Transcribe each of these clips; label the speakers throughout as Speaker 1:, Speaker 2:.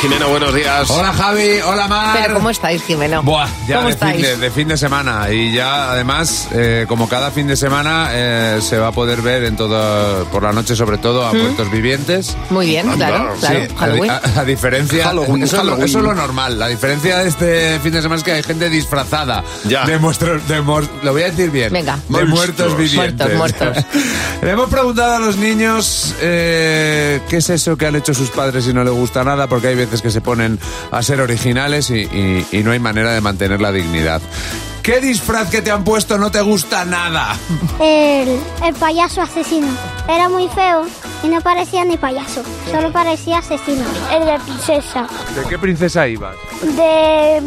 Speaker 1: Jimeno, buenos días.
Speaker 2: Hola Javi, hola Mar.
Speaker 3: Pero ¿cómo estáis, Jimeno?
Speaker 2: Buah, ya
Speaker 3: ¿Cómo
Speaker 2: de fin
Speaker 3: estáis?
Speaker 2: de, de fin de semana y ya además eh, como cada fin de semana eh, se va a poder ver en todo por la noche sobre todo
Speaker 3: ¿Mm?
Speaker 2: a muertos vivientes.
Speaker 3: Muy bien,
Speaker 1: Anda,
Speaker 3: claro,
Speaker 1: sí,
Speaker 3: claro.
Speaker 2: Sí, a di-
Speaker 3: Halloween.
Speaker 2: a, a diferencia
Speaker 1: Halloween,
Speaker 2: eso, es lo-
Speaker 1: Halloween.
Speaker 2: eso es lo normal. La diferencia de este fin de semana es que hay gente disfrazada
Speaker 1: Ya.
Speaker 2: de muestros de mor- lo voy a decir bien.
Speaker 3: Venga.
Speaker 2: De muertos
Speaker 1: Monstruos.
Speaker 2: vivientes.
Speaker 3: Muertos, muertos.
Speaker 2: Le hemos preguntado a los niños eh, qué es eso que han hecho sus padres y no les gusta nada, porque hay veces que se ponen a ser originales y, y- y no hay manera de mantener la dignidad. ¿Qué disfraz que te han puesto no te gusta nada?
Speaker 4: El, el payaso asesino. Era muy feo y no parecía ni payaso, solo parecía asesino. El de princesa.
Speaker 2: ¿De qué princesa ibas?
Speaker 4: De.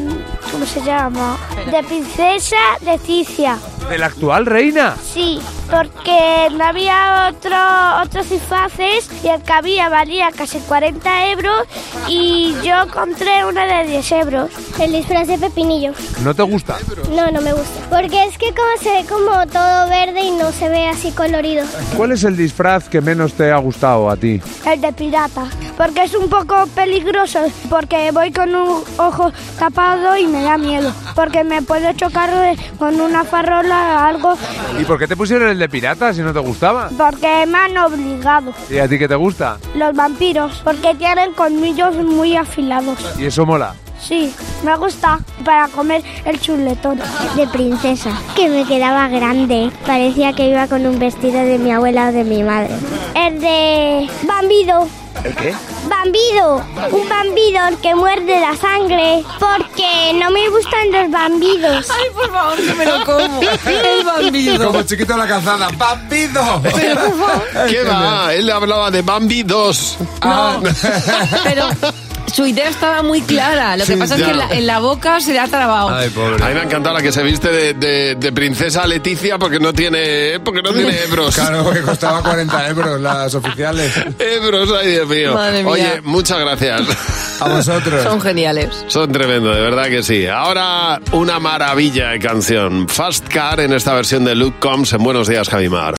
Speaker 4: ¿Cómo se llama? De princesa de Cicia.
Speaker 2: ¿De la actual reina?
Speaker 4: Sí, porque no había otro, otros disfraces y el que había valía casi 40 euros y yo encontré uno de 10 euros. El disfraz de pepinillo.
Speaker 2: ¿No te gusta?
Speaker 4: No, no me gusta. Porque es que como se ve como todo verde y no se ve así colorido.
Speaker 2: ¿Cuál es el disfraz que menos te ha gustado a ti?
Speaker 4: El de pirata. Porque es un poco peligroso. Porque voy con un ojo tapado y me da miedo. Porque me puedo chocar eh, con una farola o algo.
Speaker 2: ¿Y por qué te pusieron el de pirata si no te gustaba?
Speaker 4: Porque me han obligado.
Speaker 2: ¿Y a ti qué te gusta?
Speaker 4: Los vampiros. Porque tienen colmillos muy afilados.
Speaker 2: ¿Y eso mola?
Speaker 4: Sí, me gusta para comer el chuletón. De princesa, que me quedaba grande. Parecía que iba con un vestido de mi abuela o de mi madre. El de bambido.
Speaker 5: ¿El qué?
Speaker 4: Bambido, un bambido el que muerde la sangre, porque no me gustan los bambidos.
Speaker 3: Ay, por favor, que me lo como. El bandido.
Speaker 2: Como chiquito la calzada, ¡Bambido!
Speaker 1: ¿Qué va? Él hablaba de Bambi 2.
Speaker 2: Ah,
Speaker 3: Pero su idea estaba muy clara. Lo que
Speaker 1: Sí,
Speaker 3: pasa
Speaker 1: ya. Ah.
Speaker 3: es que en la, en la boca se le ha trabado.
Speaker 2: Ay,
Speaker 1: A mí
Speaker 2: pobre.
Speaker 1: me ha encantado la que se viste de, de- de princesa Leticia porque no tiene porque no tiene hebros.
Speaker 2: Claro, que costaba 40 euros las oficiales.
Speaker 1: Hebros, ay Dios mío.
Speaker 3: Madre mía.
Speaker 1: Oye, muchas gracias.
Speaker 2: A vosotros.
Speaker 3: Son geniales.
Speaker 1: Son tremendo, de verdad que sí. Ahora una maravilla de canción. Fast Car en esta versión de Luke Combs en Buenos Días, Javimar.